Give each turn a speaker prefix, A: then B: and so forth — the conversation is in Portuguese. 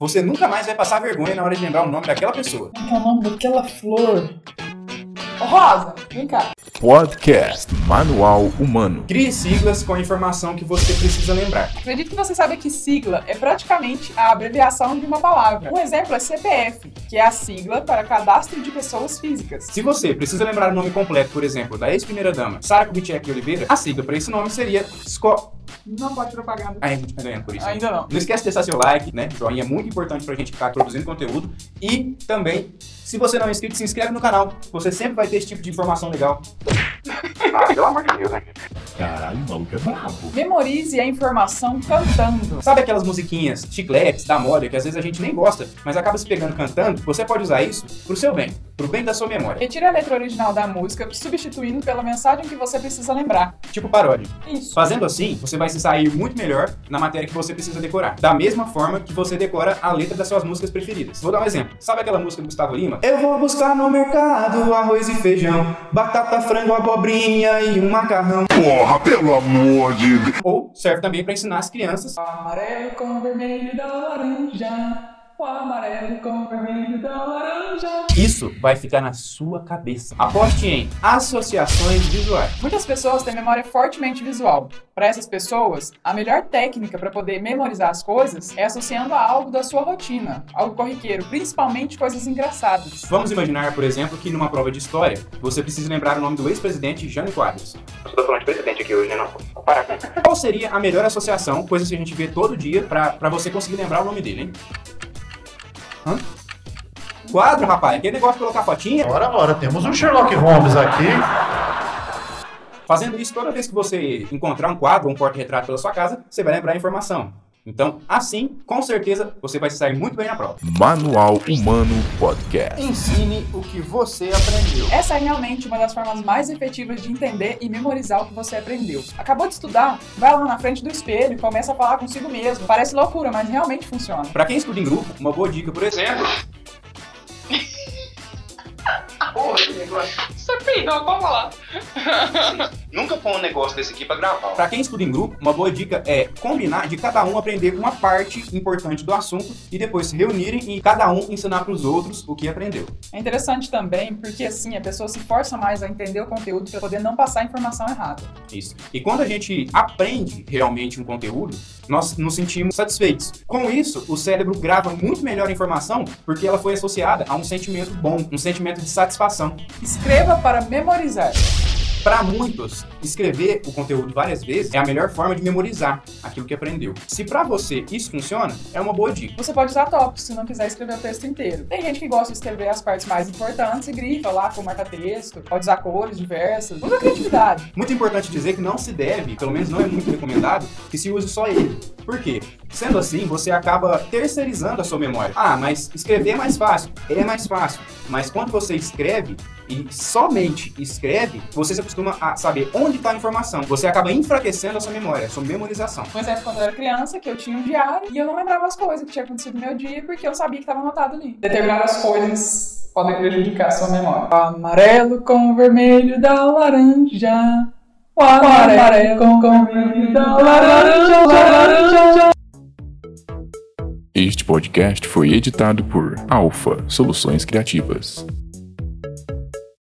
A: Você nunca mais vai passar vergonha na hora de lembrar o nome daquela pessoa.
B: Como que é o nome daquela flor? Ô, Rosa, vem cá.
C: Podcast Manual Humano.
A: Crie siglas com a informação que você precisa lembrar.
B: Acredito que você sabe que sigla é praticamente a abreviação de uma palavra. Um exemplo é CPF, que é a sigla para Cadastro de Pessoas Físicas.
A: Se você precisa lembrar o nome completo, por exemplo, da ex-primeira-dama Sara Kubitschek Oliveira, a sigla para esse nome seria SCO.
B: Não pode propaganda.
A: Aí a gente tá ganhando por isso. né?
B: Ainda não.
A: Não esquece de deixar seu like, né? Joinha é muito importante pra gente ficar produzindo conteúdo. E também, se você não é inscrito, se inscreve no canal. Você sempre vai ter esse tipo de informação legal. Ah, pelo amor de Deus, né?
C: Caralho, o maluco é brabo.
B: Memorize a informação cantando.
A: Sabe aquelas musiquinhas, chicletes, da moda, que às vezes a gente nem gosta, mas acaba se pegando cantando? Você pode usar isso pro seu bem, pro bem da sua memória.
B: Retire a letra original da música, substituindo pela mensagem que você precisa lembrar.
A: Tipo paródia.
B: Isso.
A: Fazendo assim, você vai se sair muito melhor na matéria que você precisa decorar. Da mesma forma que você decora a letra das suas músicas preferidas. Vou dar um exemplo. Sabe aquela música do Gustavo Lima? Eu vou buscar no mercado arroz e feijão, batata, frango, abobrinha e um macarrão.
C: Porra, pelo amor de Deus.
A: Ou serve também pra ensinar as crianças
B: O amarelo com o vermelho da laranja. O amarelo com o vermelho da laranja.
A: Isso vai ficar na sua cabeça. Aposte em associações visuais.
B: Muitas pessoas têm memória fortemente visual. Para essas pessoas, a melhor técnica para poder memorizar as coisas é associando a algo da sua rotina, algo corriqueiro, principalmente coisas engraçadas.
A: Vamos imaginar, por exemplo, que numa prova de história, você precisa lembrar o nome do ex-presidente Jânio Quadros.
D: Eu tô falando de presidente aqui hoje, né? Não. Para com isso.
A: Qual seria a melhor associação, coisa que a gente vê todo dia, pra, pra você conseguir lembrar o nome dele, hein? Hã? Quadro, rapaz. Aquele negócio de colocar fotinha.
E: Ora, ora, temos um Sherlock Holmes aqui.
A: Fazendo isso, toda vez que você encontrar um quadro ou um porta-retrato pela sua casa, você vai lembrar a informação. Então, assim, com certeza, você vai se sair muito bem na prova.
C: Manual Humano Podcast.
F: Ensine o que você aprendeu.
B: Essa é realmente uma das formas mais efetivas de entender e memorizar o que você aprendeu. Acabou de estudar? Vai lá na frente do espelho e começa a falar consigo mesmo. Parece loucura, mas realmente funciona.
A: Pra quem estuda em grupo, uma boa dica, por exemplo,
D: Porra, esse negócio.
G: Você peidou, vamos lá.
D: Nunca põe um negócio desse aqui pra gravar.
A: Pra quem estuda em grupo, uma boa dica é combinar de cada um aprender uma parte importante do assunto e depois se reunirem e cada um ensinar pros outros o que aprendeu.
B: É interessante também, porque assim a pessoa se força mais a entender o conteúdo para poder não passar a informação errada.
A: Isso. E quando a gente aprende realmente um conteúdo, nós nos sentimos satisfeitos. Com isso, o cérebro grava muito melhor a informação porque ela foi associada a um sentimento bom, um sentimento de satisfação.
B: Escreva para memorizar.
A: Para muitos, escrever o conteúdo várias vezes é a melhor forma de memorizar aquilo que aprendeu. Se para você isso funciona, é uma boa dica.
B: Você pode usar tópicos se não quiser escrever o texto inteiro. Tem gente que gosta de escrever as partes mais importantes e grifa lá com marca-texto, pode usar cores diversas, usa criatividade.
A: Muito importante dizer que não se deve, pelo menos não é muito recomendado, que se use só ele. Por quê? Sendo assim, você acaba terceirizando a sua memória. Ah, mas escrever é mais fácil. É mais fácil. Mas quando você escreve e somente escreve, você se acostuma a saber onde está a informação. Você acaba enfraquecendo a sua memória, a sua memorização.
B: Um exemplo, quando eu era criança, que eu tinha um diário e eu não lembrava as coisas que tinha acontecido no meu dia porque eu sabia que estava anotado ali. Determinadas coisas podem prejudicar a sua memória. Amarelo com o vermelho da laranja. O amarelo, com, o vermelho da laranja.
C: Este podcast foi editado por Alfa Soluções Criativas.